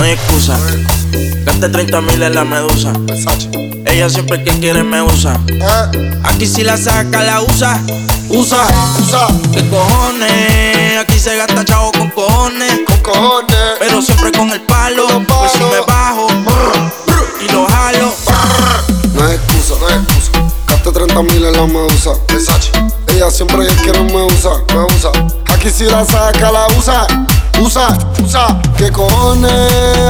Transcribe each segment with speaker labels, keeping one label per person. Speaker 1: hay excusa. Gasté 30 mil en la medusa. Ella siempre que quiere me usa.
Speaker 2: Eh?
Speaker 1: Aquí si la saca, la usa. Usa, usa. ¿Qué cojones? Aquí se gasta chavo con cojones.
Speaker 2: Con cojones.
Speaker 1: Pero siempre con el palo.
Speaker 2: Con el
Speaker 1: Pues si
Speaker 2: palo.
Speaker 1: me bajo brr, brr, y lo jalo.
Speaker 2: No es excusa, no es excusa. Gaste 30 mil en la medusa. Ella siempre es que no me usa, me usa. Aquí si la saca, la usa. Usa, usa, que cojones.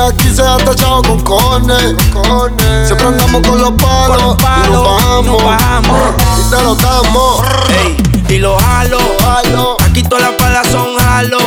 Speaker 2: Aquí se ha tachado con cojones. Siempre andamos con los palos.
Speaker 1: Con los
Speaker 2: y nos
Speaker 1: palos,
Speaker 2: bajamos.
Speaker 1: y nos bajamos.
Speaker 2: Y te lo damos.
Speaker 1: Ey, y lo jalo.
Speaker 2: Palo.
Speaker 1: Aquí todas las balas son jalo.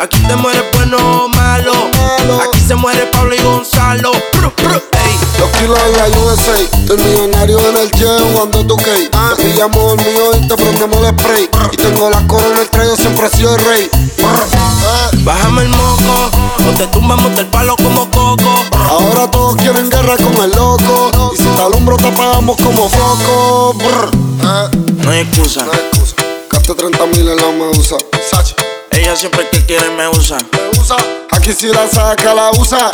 Speaker 1: Aquí te mueres bueno o malo.
Speaker 2: Malo.
Speaker 1: Aquí se muere Pablo y Gonzalo. Brr, brr, ey.
Speaker 2: Los kilos en la USA, estoy millonario en el jet jugando tu cake. Te pillamos el mío y te prendemos el spray. Y tengo la corona el yo siempre he sido el rey. Eh,
Speaker 1: Bájame el moco, o te tumbamos del palo como coco.
Speaker 2: Ahora todos quieren guerra con el loco. Y si te alumbro te apagamos como foco. Brr. Eh,
Speaker 1: No hay excusa,
Speaker 2: No hay excusa. Gaste 30 mil en la medusa. Sachi,
Speaker 1: ella siempre que quiere me usa.
Speaker 2: me usa. Aquí si la saca la usa.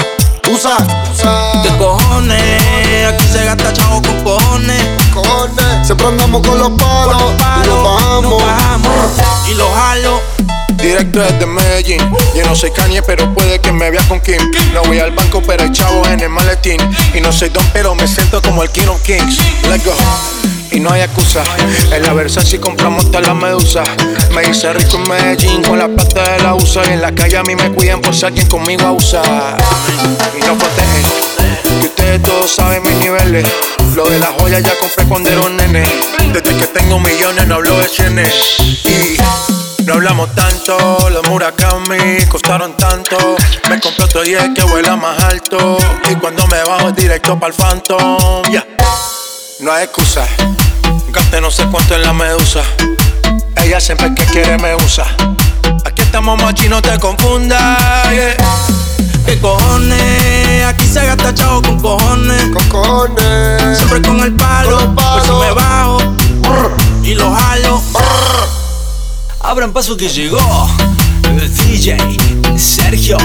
Speaker 2: Usa,
Speaker 1: ¿Qué
Speaker 2: usa.
Speaker 1: cojones? Aquí se gasta chavo con cojones.
Speaker 2: Cojones. Siempre andamos con los palos.
Speaker 1: Con los palos,
Speaker 2: y nos bajamos.
Speaker 1: nos bajamos y lo jalo.
Speaker 3: Directo desde Medellín. Yo no soy Kanye, pero puede que me vea con Kim. No voy al banco, pero hay chavos en el maletín. Y no soy don, pero me siento como el King of Kings. Let's go. Y no hay excusa. En la Versace compramos todas las medusas. Me hice rico en Medellín con la plata de la USA. Y en la calle a mí me cuidan por si alguien conmigo abusa. Y no protegen. Que ustedes todos saben mis niveles. Lo de las joyas ya compré cuando era un nene. Desde que tengo millones no hablo de cienes. Y no hablamos tanto, los Murakami costaron tanto. Me compré otro 10 que vuela más alto. Y cuando me bajo es directo para el Phantom. Yeah. No hay excusa. Gasté no sé cuánto en la medusa. Ella siempre que quiere me usa. Aquí estamos machi, no te confundas. yeah.
Speaker 1: ¿Qué cojones? Aquí se gasta chavo con cojones.
Speaker 2: Con cojones.
Speaker 1: Siempre con el palo,
Speaker 2: Con el palo.
Speaker 1: por si me bajo y lo jalo.
Speaker 4: Abran paso que llegó DJ Sergio